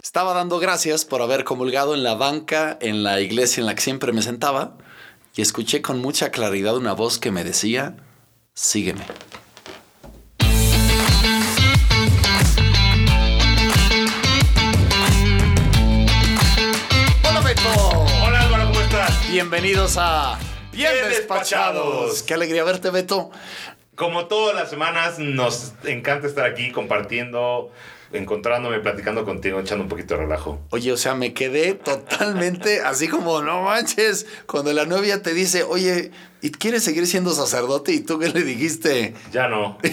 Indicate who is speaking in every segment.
Speaker 1: Estaba dando gracias por haber comulgado en la banca, en la iglesia en la que siempre me sentaba, y escuché con mucha claridad una voz que me decía, sígueme. Hola Beto,
Speaker 2: Hola Álvaro, ¿cómo estás?
Speaker 1: bienvenidos a Bien,
Speaker 2: Bien
Speaker 1: despachados.
Speaker 2: Despachados.
Speaker 1: Qué alegría verte Beto.
Speaker 2: Como todas las semanas, nos encanta estar aquí compartiendo, encontrándome, platicando contigo, echando un poquito de relajo.
Speaker 1: Oye, o sea, me quedé totalmente así como, no manches, cuando la novia te dice, oye, ¿y quieres seguir siendo sacerdote? ¿Y tú qué le dijiste?
Speaker 2: Ya no.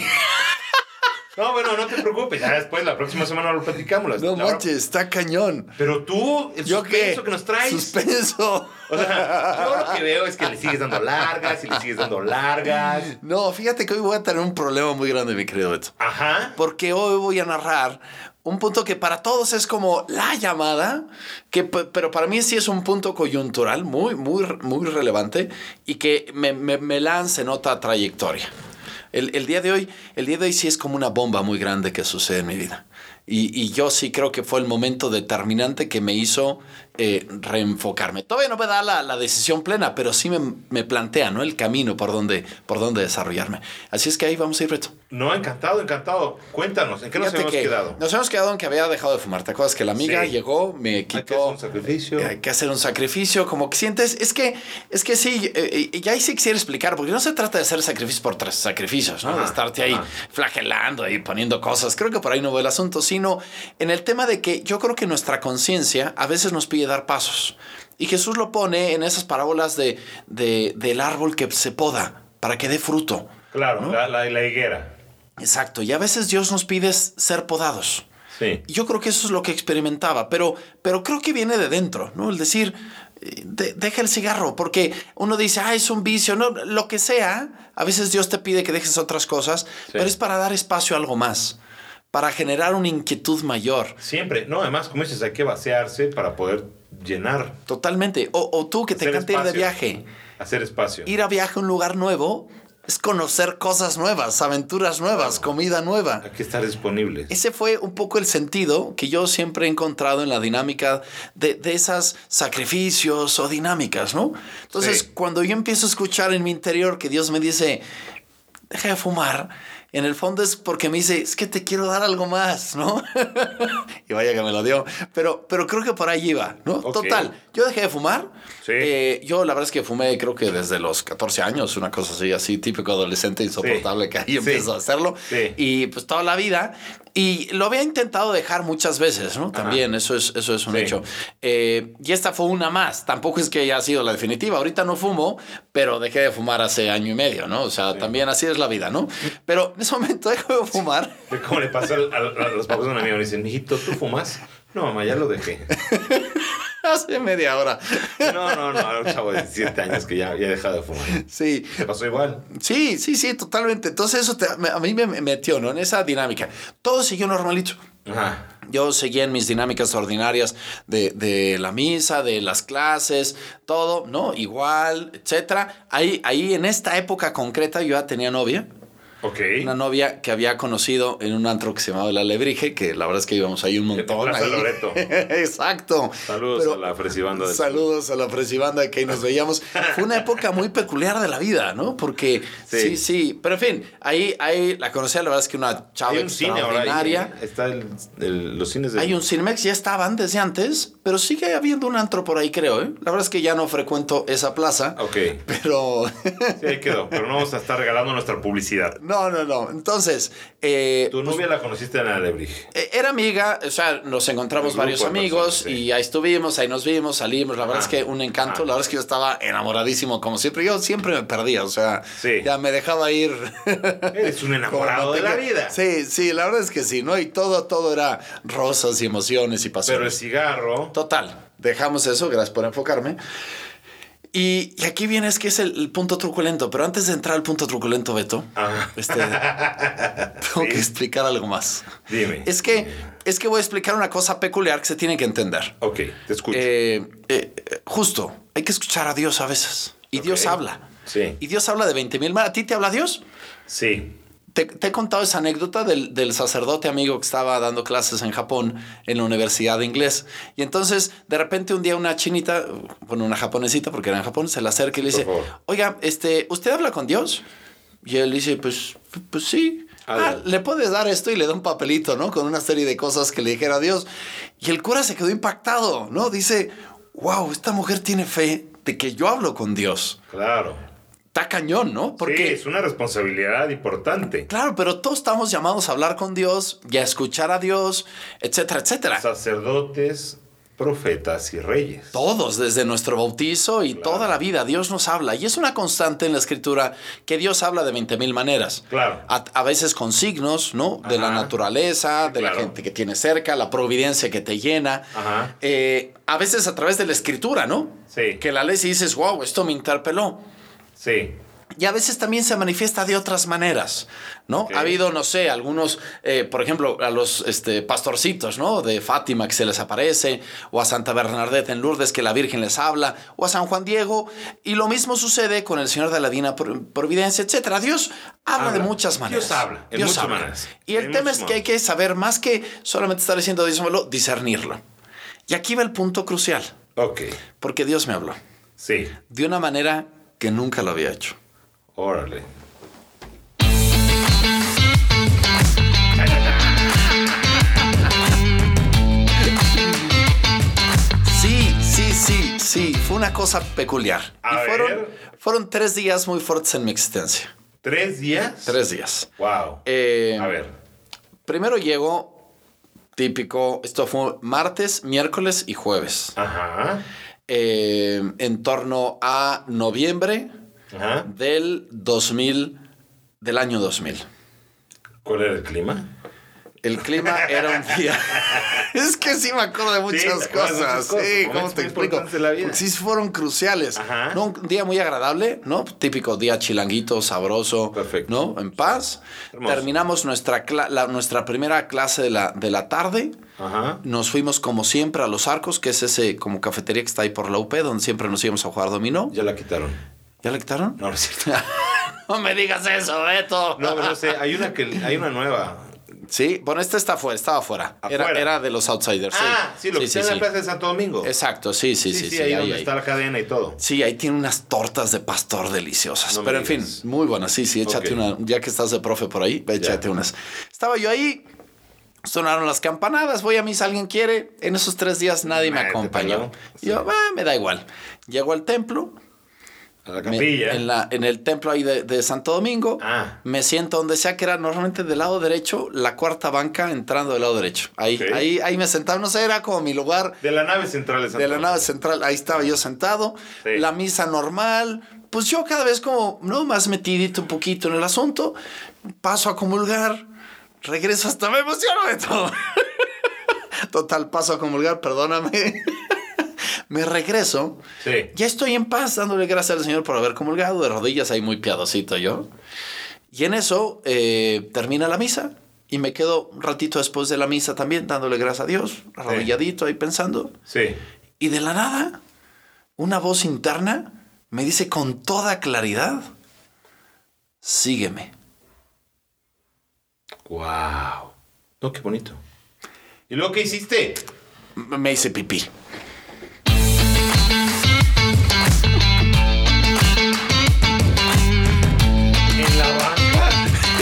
Speaker 2: No, bueno, no te preocupes. Ya después, la próxima semana lo platicamos. la-
Speaker 1: No
Speaker 2: la-
Speaker 1: manches, está cañón.
Speaker 2: Pero tú, Pues, el
Speaker 1: ¿Yo qué?
Speaker 2: suspenso que nos traes.
Speaker 1: Suspenso.
Speaker 2: O sea, yo lo que veo es que le sigues dando largas y le sigues dando largas.
Speaker 1: No, fíjate que hoy voy a tener un problema muy grande, mi querido Beto.
Speaker 2: Ajá.
Speaker 1: Porque hoy voy a narrar un punto que para todos es como la llamada, que, pe- pero para mí sí es un punto coyuntural muy, muy, muy relevante y que me, me, me lanza en otra trayectoria. El, el día de hoy, el día de hoy sí es como una bomba muy grande que sucede en mi vida. Y, y yo sí creo que fue el momento determinante que me hizo eh, reenfocarme. Todavía no me da la, la decisión plena, pero sí me, me plantea ¿no? el camino por donde, por donde desarrollarme. Así es que ahí vamos a ir, Beto.
Speaker 2: No, encantado, encantado. Cuéntanos, ¿en qué nos
Speaker 1: Fíjate
Speaker 2: hemos
Speaker 1: que
Speaker 2: quedado?
Speaker 1: Nos hemos quedado en que había dejado de fumar. ¿Te acuerdas que la amiga
Speaker 2: Sí.
Speaker 1: llegó, me
Speaker 2: Hay que
Speaker 1: quitó?
Speaker 2: hacer un sacrificio.
Speaker 1: eh, Hay que hacer un sacrificio, como que sientes, es que, es que sí, eh, eh, y ahí sí quisiera explicar, porque no se trata de hacer sacrificios por tres sacrificios, ¿no?
Speaker 2: Ajá,
Speaker 1: de estarte ahí
Speaker 2: ajá.
Speaker 1: flagelando y poniendo cosas. Creo que por ahí no va el asunto, sino en el tema de que yo creo que nuestra conciencia a veces nos pide dar pasos. Y Jesús lo pone en esas parábolas de, de- del árbol que se poda para que dé fruto.
Speaker 2: Claro, la, la, la higuera.
Speaker 1: Exacto. Y a veces Dios nos pide ser podados.
Speaker 2: Sí.
Speaker 1: Y Yo creo que eso es lo que experimentaba, pero, pero creo que viene de dentro, ¿no? El decir, eh, de- deja el cigarro, porque uno dice, ah, es un vicio, no, lo que sea. A veces Dios te pide que dejes otras cosas, pero es para dar espacio a algo más, para generar una inquietud mayor.
Speaker 2: Siempre. No, además, como dices, hay que vaciarse para poder llenar,
Speaker 1: Totalmente. O, o tú que te
Speaker 2: Hacer
Speaker 1: encanta ir de
Speaker 2: espacio.
Speaker 1: viaje.
Speaker 2: hacer espacio.
Speaker 1: Ir a viaje a un lugar nuevo es conocer cosas nuevas, aventuras nuevas, comida nueva.
Speaker 2: Hay que estar disponibles.
Speaker 1: Ese fue un poco el sentido que yo siempre he encontrado en la dinámica de, de esas sacrificios o dinámicas, ¿no? Entonces,
Speaker 2: Sí.
Speaker 1: cuando yo empiezo a escuchar en mi interior que Dios me dice, deja de fumar, en el fondo es porque me dice, es que te quiero dar algo más, ¿no? y vaya que me lo dio. Pero, pero creo que por ahí iba, ¿no?
Speaker 2: Ok.
Speaker 1: Total, yo dejé de fumar.
Speaker 2: Sí.
Speaker 1: Eh, yo la verdad es que fumé creo que desde los 14 años, una cosa así, así típico adolescente insoportable que ahí
Speaker 2: Sí.
Speaker 1: empiezo a hacerlo.
Speaker 2: Sí.
Speaker 1: Y pues toda la vida. Y lo había intentado dejar muchas veces, ¿no? También, eso es, eso es un
Speaker 2: Sí.
Speaker 1: hecho. Eh, y esta fue una más. Tampoco es que haya sido la definitiva. Ahorita no fumo, pero dejé de fumar hace año y medio, ¿no? O sea, también así es la vida, ¿no? Pero en ese momento dejo de fumar.
Speaker 2: Ve cómo le pasa al- al- a los papás de un amigo. Le dicen, mijito, ¿tú fumas? No, mamá, ya lo dejé.
Speaker 1: hace media hora.
Speaker 2: No, no, no, era un chavo de 17 años que ya, ya ha dejado de fumar.
Speaker 1: Sí.
Speaker 2: Te pasó igual.
Speaker 1: Sí, sí, sí, totalmente. Entonces eso te- a mí me metió, ¿no? En esa dinámica. Todo siguió normalito.
Speaker 2: Ajá.
Speaker 1: Yo seguía en mis dinámicas ordinarias de, de la misa, de las clases, todo, ¿no? Igual, etcétera. Ahí, ahí en esta época concreta yo ya tenía novia.
Speaker 2: Ok.
Speaker 1: Una novia que había conocido en un antro que se llamaba La Lebrige, que la verdad es que íbamos ahí un
Speaker 2: Que te
Speaker 1: montón.
Speaker 2: plaza
Speaker 1: ahí.
Speaker 2: Loreto.
Speaker 1: Exacto.
Speaker 2: Saludos
Speaker 1: Pero-
Speaker 2: a la fresibanda del
Speaker 1: Saludos a la Fresibanda que ahí nos veíamos. Fue una época muy peculiar de la vida, ¿no? Porque sí,
Speaker 2: Sí.
Speaker 1: sí. Pero en fin, ahí, ahí la conocía, la verdad es que una chava
Speaker 2: Hay un cine ahora. ahí,
Speaker 1: extraordinaria.
Speaker 2: ¿eh? Está el, el- los cines de.
Speaker 1: Hay un Cinemex, ya estaban desde antes, pero sigue habiendo un antro por ahí, creo. ¿eh? La verdad es que ya no frecuento esa plaza,
Speaker 2: Ah, Ok.
Speaker 1: pero.
Speaker 2: Sí, ahí quedó. Pero no vamos a estar regalando nuestra publicidad.
Speaker 1: no, no, no. Entonces, eh,
Speaker 2: Tu novia la conociste en la Alebrije.
Speaker 1: eh, era amiga, o sea, nos encontramos
Speaker 2: Un grupo
Speaker 1: varios
Speaker 2: de
Speaker 1: amigos
Speaker 2: personas, sí. Ah.
Speaker 1: y ahí estuvimos, ahí nos vimos, salimos. La verdad
Speaker 2: Ajá.
Speaker 1: es que un encanto. La verdad es que yo estaba enamoradísimo, como siempre. Yo siempre me perdía, o sea,
Speaker 2: Sí.
Speaker 1: ya me dejaba ir.
Speaker 2: Eres un enamorado de la vida.
Speaker 1: Sí, sí, la verdad es que sí, ¿no? Y todo, todo era rosas y emociones y pasiones.
Speaker 2: Pero el cigarro.
Speaker 1: Total, dejamos eso, gracias por enfocarme. Y, y aquí viene, es que es el, el punto truculento, pero antes de entrar al punto truculento, Beto,
Speaker 2: Ajá.
Speaker 1: este, tengo que
Speaker 2: Ah. Sí.
Speaker 1: explicar algo más.
Speaker 2: Dime.
Speaker 1: Es que, es que voy a explicar una cosa peculiar que se tiene que entender.
Speaker 2: Ok, te escucho.
Speaker 1: Eh, eh, eh, justo, hay que escuchar a Dios a veces. Y Dios
Speaker 2: Ok.
Speaker 1: habla.
Speaker 2: Sí.
Speaker 1: Y Dios habla de 20 mil. ¿A ti te habla Dios?
Speaker 2: Sí.
Speaker 1: te, te he contado esa anécdota del, del sacerdote amigo que estaba dando clases en Japón en la Universidad de Inglés. Y entonces, de repente, un día una chinita, bueno, una japonesita, porque era en Japón, se le acerca y le
Speaker 2: Por
Speaker 1: dice,
Speaker 2: favor.
Speaker 1: oiga, este, ¿usted habla con Dios? Y él dice, pues, pues sí. Ah,
Speaker 2: Ah,
Speaker 1: le puedes dar esto y le da un papelito, ¿no? Con una serie de cosas que le dijera a Dios. Y el cura se quedó impactado, ¿no? Dice, wow, esta mujer tiene fe de que yo hablo con Dios.
Speaker 2: Claro.
Speaker 1: Está cañón, ¿no?
Speaker 2: sí,
Speaker 1: Porque,
Speaker 2: es una responsabilidad importante.
Speaker 1: claro, pero todos estamos llamados a hablar con Dios y a escuchar a Dios, etcétera, etcétera.
Speaker 2: Sacerdotes, profetas y reyes.
Speaker 1: Todos, desde nuestro bautizo y
Speaker 2: Claro.
Speaker 1: toda la vida, Dios nos habla. Y es una constante en la escritura que Dios habla de 20 mil maneras.
Speaker 2: Claro.
Speaker 1: A, a veces con signos, ¿no? De la
Speaker 2: Ajá.
Speaker 1: naturaleza,
Speaker 2: Sí,
Speaker 1: de la
Speaker 2: claro.
Speaker 1: gente que tiene cerca, la providencia que te llena.
Speaker 2: Ajá.
Speaker 1: Eh, a veces a través de la escritura, ¿no?
Speaker 2: Sí.
Speaker 1: Que la lees y dices, wow, esto me interpeló.
Speaker 2: Sí.
Speaker 1: Y a veces también se manifiesta de otras maneras, ¿no?
Speaker 2: Ok.
Speaker 1: Ha habido, no sé, algunos, eh, por ejemplo, a los este, pastorcitos, ¿no? De Fátima que se les aparece, o a Santa Bernadette en Lourdes que la Virgen les habla, o a San Juan Diego. Y lo mismo sucede con el Señor de la Dina Pro- Providencia, etcétera. Dios habla, de
Speaker 2: Habla.
Speaker 1: muchas
Speaker 2: Dios
Speaker 1: maneras.
Speaker 2: habla, en muchas maneras.
Speaker 1: Y el
Speaker 2: En
Speaker 1: tema
Speaker 2: muchas
Speaker 1: es que hay que saber, más que solamente estar diciendo, dísmelo, discernirlo. Y aquí va el punto crucial,
Speaker 2: Ok.
Speaker 1: porque Dios me habló
Speaker 2: Sí.
Speaker 1: de una manera que nunca lo había hecho.
Speaker 2: Órale.
Speaker 1: Sí, sí, sí, sí. Fue una cosa peculiar.
Speaker 2: A
Speaker 1: y fueron,
Speaker 2: ver.
Speaker 1: fueron tres días muy fuertes en mi existencia.
Speaker 2: ¿Tres días?
Speaker 1: Tres días.
Speaker 2: Wow.
Speaker 1: Eh,
Speaker 2: A ver.
Speaker 1: Primero llegó, típico, esto fue martes, miércoles y jueves.
Speaker 2: Ajá.
Speaker 1: Eh, en torno a noviembre
Speaker 2: Ajá.
Speaker 1: del 2000, del año 2000.
Speaker 2: ¿Cuál era el clima?
Speaker 1: El clima era un día. es que sí me acuerdo de muchas
Speaker 2: Sí, te acuerdas de
Speaker 1: cosas.
Speaker 2: muchas cosas,
Speaker 1: Sí, ¿cómo
Speaker 2: momentos
Speaker 1: te
Speaker 2: muy
Speaker 1: explico?
Speaker 2: importantes de la vida.
Speaker 1: Sí, fueron cruciales.
Speaker 2: Ajá.
Speaker 1: ¿No? Un día muy agradable, ¿no? Típico día chilanguito, sabroso.
Speaker 2: Perfecto.
Speaker 1: ¿No? En paz.
Speaker 2: Hermoso.
Speaker 1: Terminamos nuestra, cla- la- nuestra primera clase de la, de la tarde.
Speaker 2: Ajá.
Speaker 1: Nos fuimos como siempre a Los Arcos, que es ese como cafetería que está ahí por la UP, donde siempre nos íbamos a jugar dominó.
Speaker 2: Ya la quitaron.
Speaker 1: ¿Ya le quitaron?
Speaker 2: No, no es cierto.
Speaker 1: No me digas eso, Beto.
Speaker 2: No, pero no sé. Hay una, que, hay una nueva.
Speaker 1: Sí, bueno, esta está fuera, estaba fuera. Era,
Speaker 2: Afuera.
Speaker 1: era de los outsiders.
Speaker 2: Ah, sí, lo que está en la
Speaker 1: sí.
Speaker 2: Plaza de Santo Domingo.
Speaker 1: Exacto, sí, sí,
Speaker 2: sí,
Speaker 1: sí.
Speaker 2: sí,
Speaker 1: sí,
Speaker 2: ahí
Speaker 1: ahí,
Speaker 2: donde
Speaker 1: ahí.
Speaker 2: está la cadena y todo.
Speaker 1: Sí, ahí tiene unas tortas de pastor deliciosas.
Speaker 2: No me
Speaker 1: Pero en fin,
Speaker 2: digas.
Speaker 1: muy buenas. Sí, sí, échate
Speaker 2: Ok.
Speaker 1: una. Ya que estás de profe por ahí, ve,
Speaker 2: Ya.
Speaker 1: échate unas. Estaba yo ahí, sonaron las campanadas, voy a mí si alguien quiere. En esos tres días nadie me
Speaker 2: Nah, te
Speaker 1: acompañó.
Speaker 2: peló.
Speaker 1: Y Yo,
Speaker 2: Sí.
Speaker 1: "Ah, me da igual. Llego al templo,
Speaker 2: A la
Speaker 1: me-
Speaker 2: capilla.
Speaker 1: en, la, en el templo ahí de, de Santo Domingo.
Speaker 2: Ah.
Speaker 1: Me siento donde sea que era normalmente del lado derecho, la cuarta banca entrando del lado derecho. Ahí,
Speaker 2: Ok.
Speaker 1: ahí, ahí me sentaba, no sé, era como mi lugar
Speaker 2: De la nave central de Santo
Speaker 1: de la
Speaker 2: Domingo.
Speaker 1: nave central. Ahí estaba yo sentado,
Speaker 2: Sí.
Speaker 1: la misa normal. Pues yo cada vez como, ¿no? Más metidito un poquito en el asunto. Paso a comulgar, regreso hasta me emociono de todo. Total, paso a comulgar, perdóname. me regreso.
Speaker 2: Sí.
Speaker 1: Ya estoy en paz, dándole gracias al Señor por haber comulgado. De rodillas ahí muy piadosito yo. Y en eso eh, termina la misa. Y me quedo un ratito después de la misa también dándole gracias a Dios, arrodilladito ahí pensando.
Speaker 2: Sí.
Speaker 1: Y de la nada, una voz interna me dice con toda claridad, sígueme.
Speaker 2: Wow. No, Oh, qué bonito. ¿Y luego qué hiciste?
Speaker 1: M- Me hice pipí.
Speaker 2: En la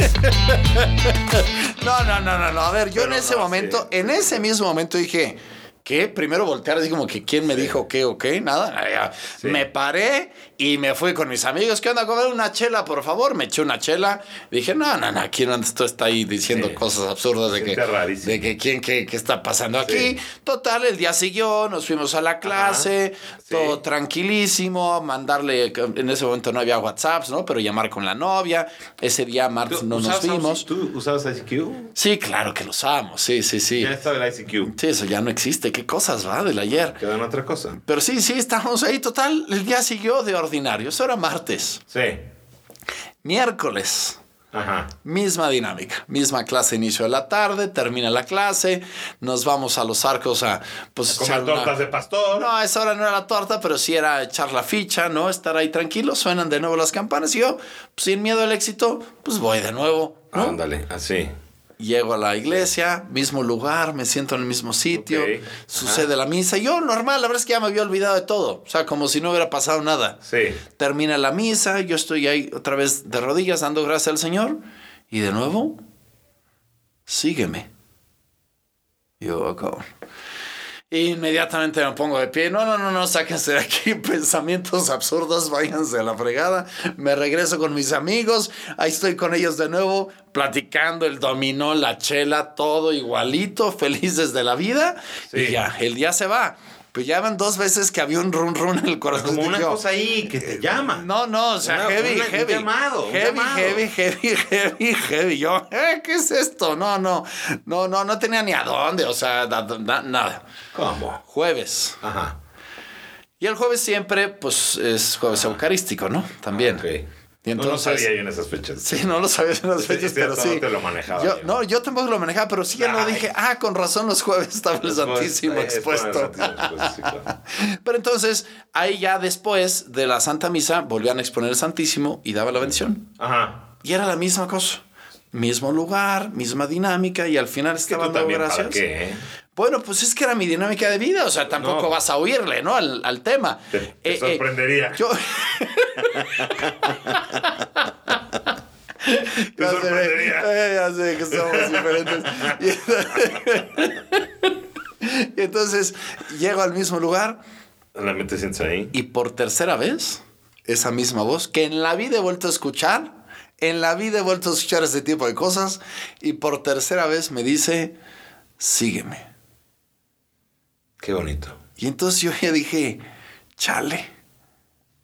Speaker 2: banca.
Speaker 1: No, no, no, no, no. A ver, yo en
Speaker 2: Pero
Speaker 1: ese
Speaker 2: no,
Speaker 1: momento,
Speaker 2: sí.
Speaker 1: en ese mismo momento dije, ¿qué? Primero voltear, así como que quién me dijo qué o qué, nada. nada, ya.
Speaker 2: Sí.
Speaker 1: Me paré y me fui con mis amigos. ¿Qué onda? Comer una chela, por favor. Me eché una chela. Dije, no, no, no, aquí no esto está ahí diciendo
Speaker 2: Sí.
Speaker 1: cosas absurdas de que,
Speaker 2: Está rarísimo.
Speaker 1: de que quién, qué, qué está pasando
Speaker 2: Sí.
Speaker 1: aquí. Total, el día siguió, nos fuimos a la clase,
Speaker 2: Sí.
Speaker 1: todo tranquilísimo, mandarle, en ese momento no había WhatsApps, ¿no? Pero llamar con la novia. Ese día, martes,
Speaker 2: ¿Tú
Speaker 1: no nos
Speaker 2: usabas-
Speaker 1: vimos.
Speaker 2: ¿Tú usabas ICQ?
Speaker 1: Sí, claro que los amo. Sí, sí, sí.
Speaker 2: Ya estaba el ICQ.
Speaker 1: Sí, eso ya no existe. Qué cosas, va, del ayer.
Speaker 2: Quedó en otra cosa.
Speaker 1: Pero sí, sí, estábamos ahí. Total, el día siguió de ordinario. Eso era martes.
Speaker 2: Sí.
Speaker 1: Miércoles.
Speaker 2: Ajá.
Speaker 1: Misma dinámica, misma clase, inicio de la tarde, termina la clase, nos vamos a los arcos a pues
Speaker 2: Comer
Speaker 1: echar una-
Speaker 2: tortas de pastor.
Speaker 1: No, a esa hora no era la torta, pero sí era echar la ficha, ¿no? Estar ahí tranquilo, suenan de nuevo las campanas y yo, pues, sin miedo al éxito, pues voy de nuevo, ¿no?
Speaker 2: Ándale, así.
Speaker 1: Llego a la iglesia, mismo lugar, me siento en el mismo sitio,
Speaker 2: Ok, ajá.
Speaker 1: sucede la misa. Yo, normal, la verdad es que ya me había olvidado de todo. O sea, como si no hubiera pasado nada.
Speaker 2: Sí.
Speaker 1: Termina la misa, yo estoy ahí otra vez de rodillas dando gracias al Señor. Y de nuevo, sígueme. Yo, "Ah, cabrón". Inmediatamente me pongo de pie. No, no, no, no, sáquense de aquí. Pensamientos absurdos, váyanse a la fregada. Me regreso con mis amigos. Ahí estoy con ellos de nuevo, platicando el dominó, la chela, todo igualito, felices de la vida.
Speaker 2: Sí.
Speaker 1: Y ya, el día se va. Pues ya van dos veces que había un run run en el corazón.
Speaker 2: Como
Speaker 1: Pues
Speaker 2: una
Speaker 1: Digo, eh,
Speaker 2: cosa ahí que te llama.
Speaker 1: no, no, o sea,
Speaker 2: Una-
Speaker 1: heavy,
Speaker 2: una- un
Speaker 1: heavy.
Speaker 2: llamado, un
Speaker 1: heavy,
Speaker 2: llamado.
Speaker 1: heavy, heavy, heavy, heavy. Yo, "Eh, ¿qué es esto? No, no, no, no, no tenía ni a dónde, o sea, da- da- nada.
Speaker 2: ¿Cómo?
Speaker 1: Jueves.
Speaker 2: Ajá.
Speaker 1: Y el jueves siempre, pues, es jueves eucarístico, ¿no? También.
Speaker 2: Ok.
Speaker 1: Y
Speaker 2: No, no
Speaker 1: entonces...
Speaker 2: sabía yo en esas fechas.
Speaker 1: Sí, no lo sabías en las
Speaker 2: Sí,
Speaker 1: fechas,
Speaker 2: sí,
Speaker 1: pero
Speaker 2: no
Speaker 1: sí.
Speaker 2: te lo manejaba
Speaker 1: Yo,
Speaker 2: yo.
Speaker 1: no, yo tampoco lo manejaba, pero sí ya no
Speaker 2: Ay.
Speaker 1: dije, ah, con razón los jueves estaba el Santísimo
Speaker 2: Después, eh,
Speaker 1: expuesto.
Speaker 2: estaba el Santísimo expuesto, sí, claro.
Speaker 1: Pero entonces, ahí ya después de la Santa Misa, volvían a exponer el Santísimo y daba la bendición.
Speaker 2: Ajá.
Speaker 1: Y era la misma cosa. Mismo lugar, misma dinámica y al final
Speaker 2: Que
Speaker 1: estaba
Speaker 2: tú
Speaker 1: dando
Speaker 2: también, ¿para
Speaker 1: gracias.
Speaker 2: qué? eh?
Speaker 1: Bueno, pues es que era mi dinámica de vida, o sea, tampoco
Speaker 2: No.
Speaker 1: vas a oírle, ¿no? Al, al tema.
Speaker 2: Te, te
Speaker 1: Eh, eh,
Speaker 2: sorprendería.
Speaker 1: yo,
Speaker 2: te sorprendería.
Speaker 1: Eh, ya sé que somos diferentes. Y entonces- y entonces llego al mismo lugar
Speaker 2: Realmente sientes ahí.
Speaker 1: y por tercera vez, esa misma voz que en la vida he vuelto a escuchar, en la vida he vuelto a escuchar este tipo de cosas, y por tercera vez me dice, sígueme.
Speaker 2: Qué bonito.
Speaker 1: Y entonces yo ya dije, chale,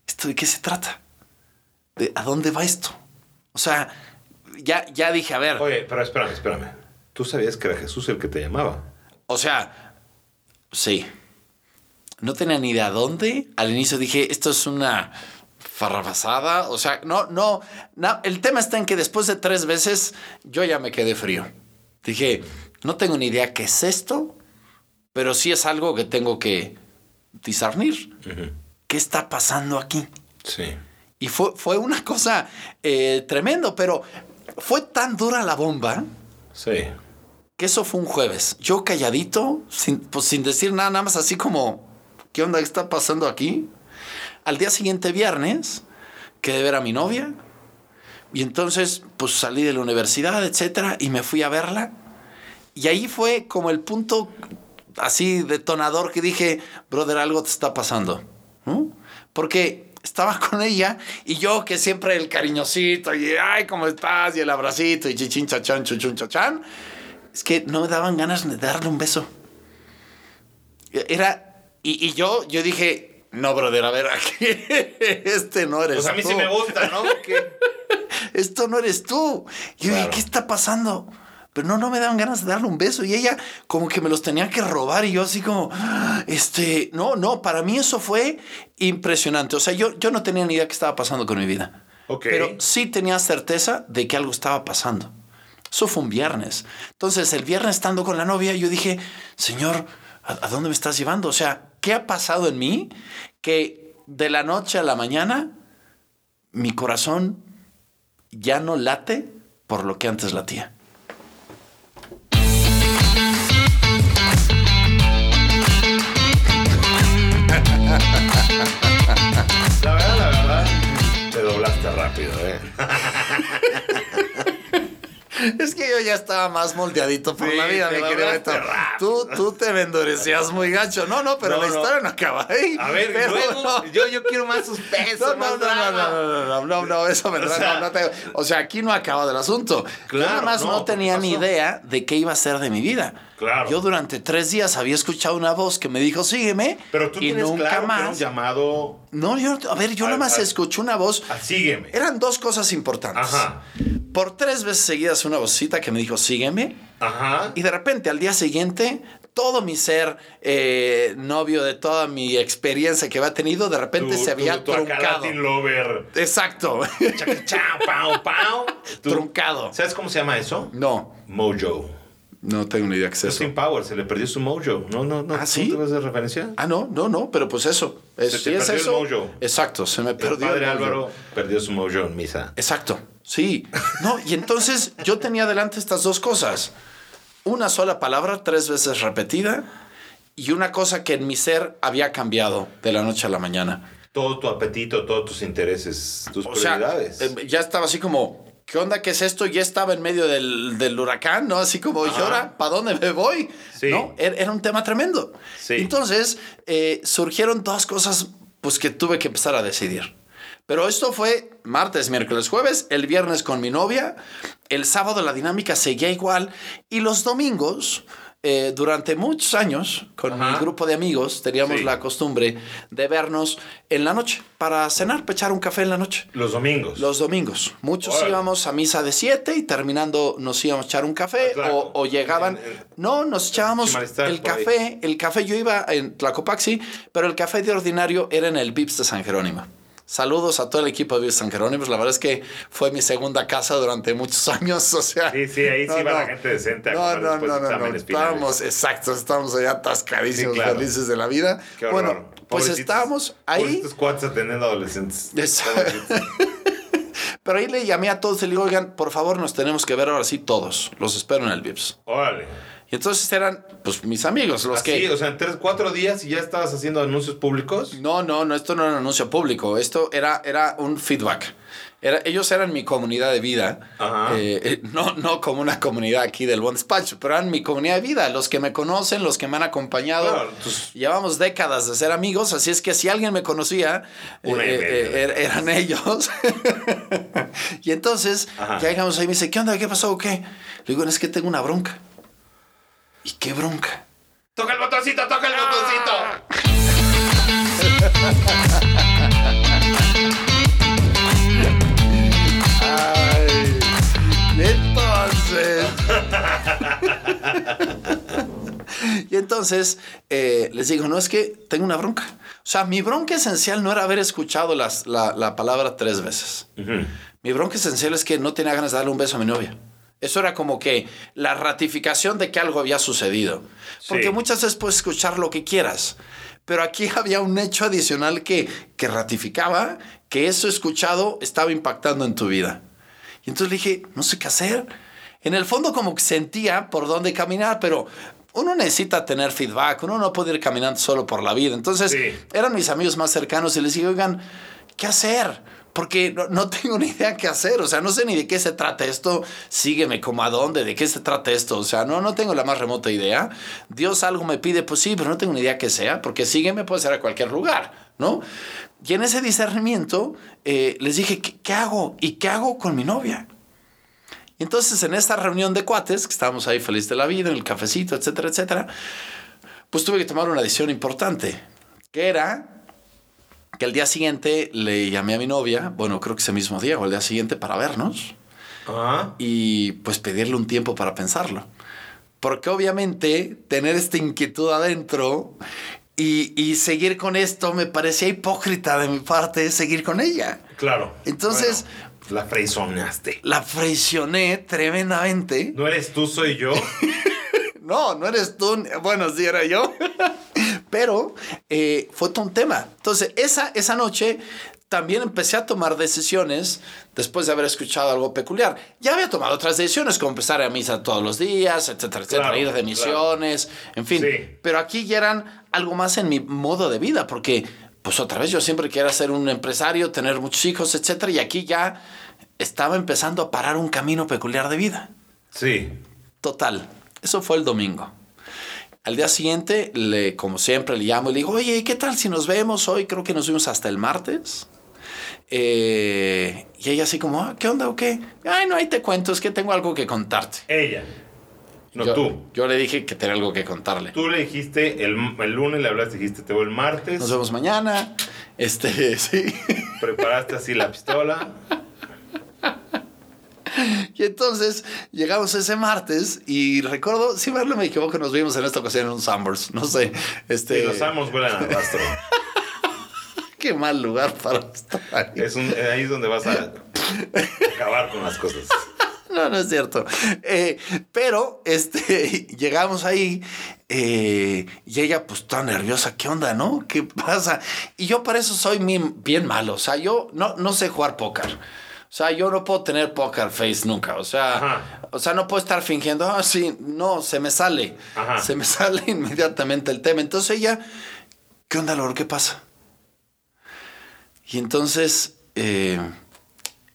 Speaker 1: ¿esto de qué se trata? ¿De a dónde va esto? O sea, ya, ya dije, a ver,
Speaker 2: Oye, pero espérame, espérame. ¿Tú sabías que era Jesús el que te llamaba?
Speaker 1: o sea, sí. No tenía ni idea dónde. Al inicio dije, esto es una farrabasada. O sea, no, no, na- El tema está en que después de tres veces yo ya me quedé frío. Dije, no tengo ni idea qué es esto, pero sí es algo que tengo que discernir. ¿Qué está pasando aquí?
Speaker 2: Sí.
Speaker 1: Y fue, fue una cosa eh, tremendo, pero fue tan dura la bomba
Speaker 2: Sí.
Speaker 1: que eso fue un jueves. Yo calladito, sin, pues sin decir nada, nada más así como, ¿qué onda ¿Qué está pasando aquí? Al día siguiente, viernes, quedé ver a mi novia. Y entonces, pues salí de la universidad, etcétera, y me fui a verla. Y ahí fue como el punto así detonador que dije, brother, algo te está pasando. ¿no? Porque estaba con ella y yo que siempre el cariñosito y ay, ¿cómo estás? Y el abracito y chichín, chachán, chuchun, chachán. Es que no me daban ganas de darle un beso. E-, Era, y, y yo, yo dije, no, brother, a ver, aquí, este no eres
Speaker 2: Pues a mí sí
Speaker 1: tú
Speaker 2: me gusta, ¿no? Porque
Speaker 1: esto no eres tú. Y yo
Speaker 2: Claro.
Speaker 1: dije, ¿qué está pasando? Pero no, no me daban ganas de darle un beso. Y ella como que me los tenía que robar. Y yo así como, "Ah, este, no, no, para mí eso fue impresionante. O sea, yo, yo no tenía ni idea qué estaba pasando con mi vida.
Speaker 2: Ok.
Speaker 1: Pero sí tenía certeza de que algo estaba pasando. Eso fue un viernes. Entonces, el viernes estando con la novia, yo dije, Señor, ¿a, a dónde me estás llevando? O sea, ¿qué ha pasado en mí que de la noche a la mañana mi corazón ya no late por lo que antes latía.
Speaker 2: la verdad, la verdad, te doblaste rápido, ¿eh?
Speaker 1: Es que yo ya estaba más moldeadito por
Speaker 2: Sí,
Speaker 1: la vida,
Speaker 2: te
Speaker 1: mi
Speaker 2: lo
Speaker 1: querido
Speaker 2: hablaste
Speaker 1: Beto. Tú, tú te vendurecías muy gacho. No, no, pero
Speaker 2: No,
Speaker 1: la
Speaker 2: no.
Speaker 1: historia no acaba ahí.
Speaker 2: A ver,
Speaker 1: Pero
Speaker 2: luego,
Speaker 1: no.
Speaker 2: yo, yo quiero más suspenso,
Speaker 1: No, no, no, no, no,
Speaker 2: más drama.
Speaker 1: no, no, no, no, eso vendrá.
Speaker 2: O sea-
Speaker 1: no, no te- o sea, aquí no ha acabado el asunto. yo
Speaker 2: Claro,
Speaker 1: nada más
Speaker 2: no,
Speaker 1: no,
Speaker 2: porque
Speaker 1: tenía ni
Speaker 2: pasó.
Speaker 1: idea de qué iba a ser de mi vida.
Speaker 2: Claro.
Speaker 1: Yo durante tres días había escuchado una voz que me dijo, sígueme.
Speaker 2: Pero tú
Speaker 1: y
Speaker 2: tienes
Speaker 1: nunca
Speaker 2: claro que era un
Speaker 1: más.
Speaker 2: llamado
Speaker 1: no, yo, a ver, yo
Speaker 2: Al-
Speaker 1: nada más
Speaker 2: al-
Speaker 1: escuché una voz.
Speaker 2: a sígueme.
Speaker 1: Eran dos cosas importantes.
Speaker 2: Ajá,
Speaker 1: Por tres veces seguidas una vocita que me dijo, sígueme.
Speaker 2: ajá.
Speaker 1: Y de repente al día siguiente, todo mi ser eh, novio, de toda mi experiencia que había tenido, de repente
Speaker 2: Tu-
Speaker 1: se había
Speaker 2: tu, tu
Speaker 1: truncado.
Speaker 2: Acalatin lover.
Speaker 1: Exacto.
Speaker 2: Chao, pao, pao. Tu-
Speaker 1: truncado.
Speaker 2: ¿Sabes cómo se llama eso?
Speaker 1: No,
Speaker 2: Mojo.
Speaker 1: no tengo ni idea qué es eso.
Speaker 2: Austin Powers, se le perdió su mojo. No, no, no.
Speaker 1: ¿Ah,
Speaker 2: ¿tú
Speaker 1: sí?
Speaker 2: te vas de referencia?
Speaker 1: Ah, no, no, no, pero pues eso. Es,
Speaker 2: Se te
Speaker 1: sí es
Speaker 2: perdió el
Speaker 1: eso.
Speaker 2: mojo.
Speaker 1: Exacto, se me
Speaker 2: El
Speaker 1: perdió.
Speaker 2: padre
Speaker 1: el mojo.
Speaker 2: Álvaro perdió su mojo en misa.
Speaker 1: Exacto, sí. No, y entonces yo tenía delante estas dos cosas. Una sola palabra tres veces repetida y una cosa que en mi ser había cambiado de la noche a la mañana.
Speaker 2: Todo tu apetito, todos tus intereses, tus
Speaker 1: O sea,
Speaker 2: prioridades.
Speaker 1: eh, ya estaba así como, ¿qué onda? ¿Qué es esto? Ya estaba en medio del, del huracán, ¿no? Así como, ¿y
Speaker 2: Ajá.
Speaker 1: ahora para dónde me voy?
Speaker 2: Sí.
Speaker 1: ¿No? Era, era un tema tremendo.
Speaker 2: Sí.
Speaker 1: Entonces, eh, surgieron dos cosas pues, que tuve que empezar a decidir. Pero esto fue martes, miércoles, jueves, el viernes con mi novia, el sábado la dinámica seguía igual y los domingos, eh, durante muchos años, con
Speaker 2: Ajá.
Speaker 1: mi grupo de amigos, teníamos
Speaker 2: Sí.
Speaker 1: la costumbre de vernos en la noche para cenar, para echar un café en la noche.
Speaker 2: Los domingos.
Speaker 1: Los domingos. Muchos
Speaker 2: Órale.
Speaker 1: íbamos a misa de 7 y terminando nos íbamos a echar un café
Speaker 2: Ah, Claro.
Speaker 1: o, o llegaban.
Speaker 2: En- en-
Speaker 1: no, nos echábamos
Speaker 2: Chimalistar,
Speaker 1: el
Speaker 2: por ahí.
Speaker 1: café. El café, yo iba en Tlacopaxi, pero el café de ordinario era en el Vips de San Jerónimo. Saludos a todo el equipo de Vips San Jerónimo. La verdad es que fue mi segunda casa durante muchos años. O sea,
Speaker 2: Sí, sí, ahí sí
Speaker 1: No,
Speaker 2: iba la
Speaker 1: no.
Speaker 2: gente decente a
Speaker 1: no,
Speaker 2: comer
Speaker 1: no,
Speaker 2: después
Speaker 1: no,
Speaker 2: de
Speaker 1: no, no.
Speaker 2: exámenes finales.
Speaker 1: Estábamos, exacto, estábamos allá atascadísimos,
Speaker 2: Sí, claro.
Speaker 1: felices de la vida.
Speaker 2: Qué horror.
Speaker 1: bueno, pues
Speaker 2: Pobrecitos-
Speaker 1: estábamos ahí.
Speaker 2: Pobrecitos cuates atendiendo adolescentes.
Speaker 1: Exacto. Pero ahí le llamé a todos y le digo, oigan, por favor, nos tenemos que ver ahora sí todos. Los espero en el VIPS.
Speaker 2: Órale.
Speaker 1: Y entonces eran, pues, mis amigos, los
Speaker 2: Así,
Speaker 1: que...
Speaker 2: o sea, en tres, cuatro días y ya estabas haciendo anuncios públicos.
Speaker 1: No, no, no, esto no era un anuncio público. Esto era, era un feedback. Era, ellos eran mi comunidad de vida.
Speaker 2: Ajá.
Speaker 1: Eh, eh, no, no como una comunidad aquí del Buen Despacho, pero eran mi comunidad de vida. Los que me conocen, los que me han acompañado.
Speaker 2: Claro, tus-
Speaker 1: Llevamos décadas de ser amigos, así es que si alguien me conocía,
Speaker 2: Una y
Speaker 1: eh,
Speaker 2: media.
Speaker 1: eh, er- eran ellos. y entonces,
Speaker 2: Ajá.
Speaker 1: ya llegamos ahí y me dice, ¿qué onda? ¿Qué pasó? ¿O qué? Le digo, es que tengo una bronca. ¿Y qué bronca?
Speaker 2: ¡Toca el botoncito, toca el botoncito!
Speaker 1: Ay, y entonces. y entonces eh, les digo, no, es que tengo una bronca. O sea, mi bronca esencial no era haber escuchado las- la, la palabra tres veces. Mi bronca esencial es que no tenía ganas de darle un beso a mi novia. Eso era como que la ratificación de que algo había sucedido. Porque
Speaker 2: Sí.
Speaker 1: muchas veces puedes escuchar lo que quieras, pero aquí había un hecho adicional que, que ratificaba que eso escuchado estaba impactando en tu vida. Y entonces le dije, no sé qué hacer. En el fondo como que sentía por dónde caminar, pero uno necesita tener feedback, uno no puede ir caminando solo por la vida. Entonces
Speaker 2: Sí.
Speaker 1: eran mis amigos más cercanos y les dije, oigan, ¿qué hacer? Porque no, no tengo ni idea qué hacer, o sea, no sé ni de qué se trata esto, sígueme como a dónde, de qué se trata esto, o sea, no, no tengo la más remota idea. Dios algo me pide, pues sí, pero no tengo ni idea qué sea, porque sígueme puede ser a cualquier lugar, ¿no? Y en ese discernimiento eh, les dije, ¿qué, ¿qué hago? ¿Y qué hago con mi novia? Y entonces en esta reunión de cuates, que estábamos ahí feliz de la vida, en el cafecito, etcétera, etcétera, pues tuve que tomar una decisión importante, que era que el día siguiente le llamé a mi novia, bueno, creo que ese mismo día o el día siguiente para vernos
Speaker 2: Ajá.
Speaker 1: y pues pedirle un tiempo para pensarlo. Porque obviamente tener esta inquietud adentro y, y seguir con esto me parecía hipócrita de mi parte seguir con ella.
Speaker 2: Claro.
Speaker 1: Entonces-
Speaker 2: Bueno, pues la freisonaste.
Speaker 1: La presioné tremendamente.
Speaker 2: No eres tú, soy yo.
Speaker 1: No, no eres tú. Bueno, sí era yo. Pero eh, fue todo un tema. Entonces, esa, esa noche también empecé a tomar decisiones después de haber escuchado algo peculiar. Ya había tomado otras decisiones, como empezar a misa todos los días, etcétera, etcétera,
Speaker 2: Claro,
Speaker 1: ir de
Speaker 2: claro.
Speaker 1: misiones, en fin.
Speaker 2: Sí.
Speaker 1: Pero aquí ya eran algo más en mi modo de vida, porque, pues otra vez, yo siempre quería ser un empresario, tener muchos hijos, etcétera, y aquí ya estaba empezando a parar un camino peculiar de vida.
Speaker 2: Sí.
Speaker 1: Total, eso fue el domingo. Al día siguiente, le, como siempre, le llamo y le digo, oye, ¿y ¿qué tal si nos vemos hoy? Creo que nos vimos hasta el martes. Eh, y ella así como, "Ah, ¿qué onda o qué? Ay, no, ahí te cuento, es que tengo algo que contarte.
Speaker 2: Ella. No
Speaker 1: yo,
Speaker 2: tú.
Speaker 1: Yo le dije que tenía algo que contarle.
Speaker 2: Tú le dijiste el, el lunes, le hablaste, dijiste, te voy el martes.
Speaker 1: Nos vemos mañana. Este, sí.
Speaker 2: Preparaste así la pistola.
Speaker 1: Y entonces llegamos ese martes y recuerdo, si mal no me equivoco, nos vimos en esta ocasión en un Summers. No sé. Este,
Speaker 2: Y los amos vuelan al rastro.
Speaker 1: Qué mal lugar para estar.
Speaker 2: Es un, eh, ahí es donde vas a acabar con las cosas.
Speaker 1: No, no es cierto. Eh, pero este, llegamos ahí eh, y ella, pues, tan nerviosa. ¿Qué onda, no? ¿Qué pasa? Y yo para eso soy mi- bien malo. O sea, yo no, no sé jugar póker. O sea, yo no puedo tener poker face nunca. O sea,
Speaker 2: Ajá.
Speaker 1: o sea, no puedo estar fingiendo, ah, sí, no, se me sale.
Speaker 2: Ajá.
Speaker 1: Se me sale inmediatamente el tema. Entonces ella, ¿qué onda, Lord? ¿Qué pasa? Y entonces, eh,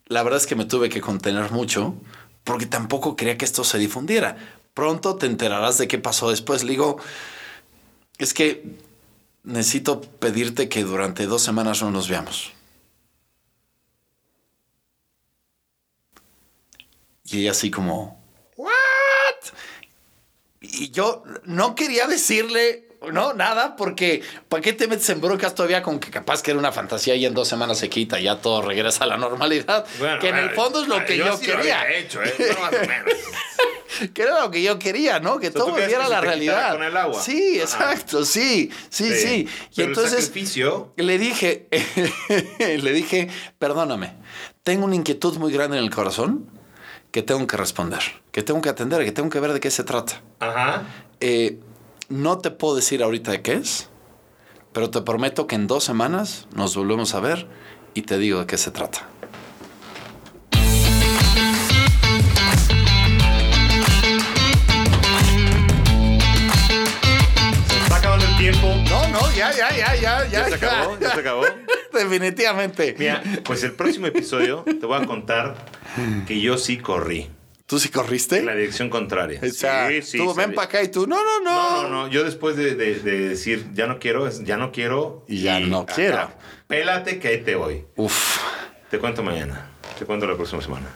Speaker 1: la verdad es que me tuve que contener mucho porque tampoco quería que esto se difundiera. Pronto te enterarás de qué pasó después. Le digo, es que necesito pedirte que durante dos semanas no nos veamos. Y ella así como, ¿what? Y yo no quería decirle, no, nada, porque ¿para qué te metes en broncas todavía con que capaz que era una fantasía y en dos semanas se quita, ya todo regresa a la normalidad?
Speaker 2: Bueno,
Speaker 1: que en el
Speaker 2: a-
Speaker 1: fondo es lo que yo,
Speaker 2: sí lo
Speaker 1: quería,
Speaker 2: había hecho, ¿eh? Bueno, más o menos.
Speaker 1: que era lo que yo quería, ¿no? Que
Speaker 2: sea,
Speaker 1: todo
Speaker 2: ¿tú crees
Speaker 1: volviera a
Speaker 2: que
Speaker 1: la
Speaker 2: se te quitara
Speaker 1: realidad.
Speaker 2: con el agua?
Speaker 1: Sí,
Speaker 2: Ajá.
Speaker 1: exacto, sí, sí, sí. Y
Speaker 2: Pero el
Speaker 1: entonces
Speaker 2: sacrificio.
Speaker 1: le dije, le dije, perdóname, tengo una inquietud muy grande en el corazón que tengo que responder, que tengo que atender, que tengo que ver de qué se trata.
Speaker 2: Ajá.
Speaker 1: Eh, no te puedo decir ahorita de qué es, pero te prometo que en dos semanas nos volvemos a ver y te digo de qué se trata.
Speaker 2: Se está acabando el tiempo.
Speaker 1: No, no, ya, ya, ya, ya,
Speaker 2: Ya se acabó, ya se acabó.
Speaker 1: Definitivamente.
Speaker 2: Mira, pues el próximo episodio te voy a contar que yo sí corrí
Speaker 1: ¿Tú sí corriste?
Speaker 2: en la dirección contraria.
Speaker 1: O sea, tú
Speaker 2: sabía.
Speaker 1: ven para acá y tú, no, no, no.
Speaker 2: No, no, no. Yo después de, de- de decir ya no quiero, es ya no quiero.
Speaker 1: Y ya no
Speaker 2: acá,
Speaker 1: quiero.
Speaker 2: Pélate que ahí te voy.
Speaker 1: Uf.
Speaker 2: Te cuento mañana. Te cuento la próxima semana.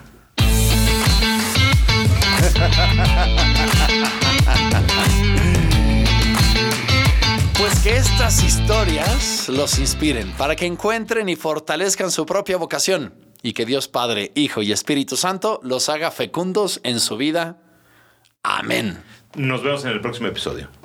Speaker 1: Pues que estas historias los inspiren para que encuentren y fortalezcan su propia vocación y que Dios Padre, Hijo y Espíritu Santo los haga fecundos en su vida. Amén.
Speaker 2: Nos vemos en el próximo episodio.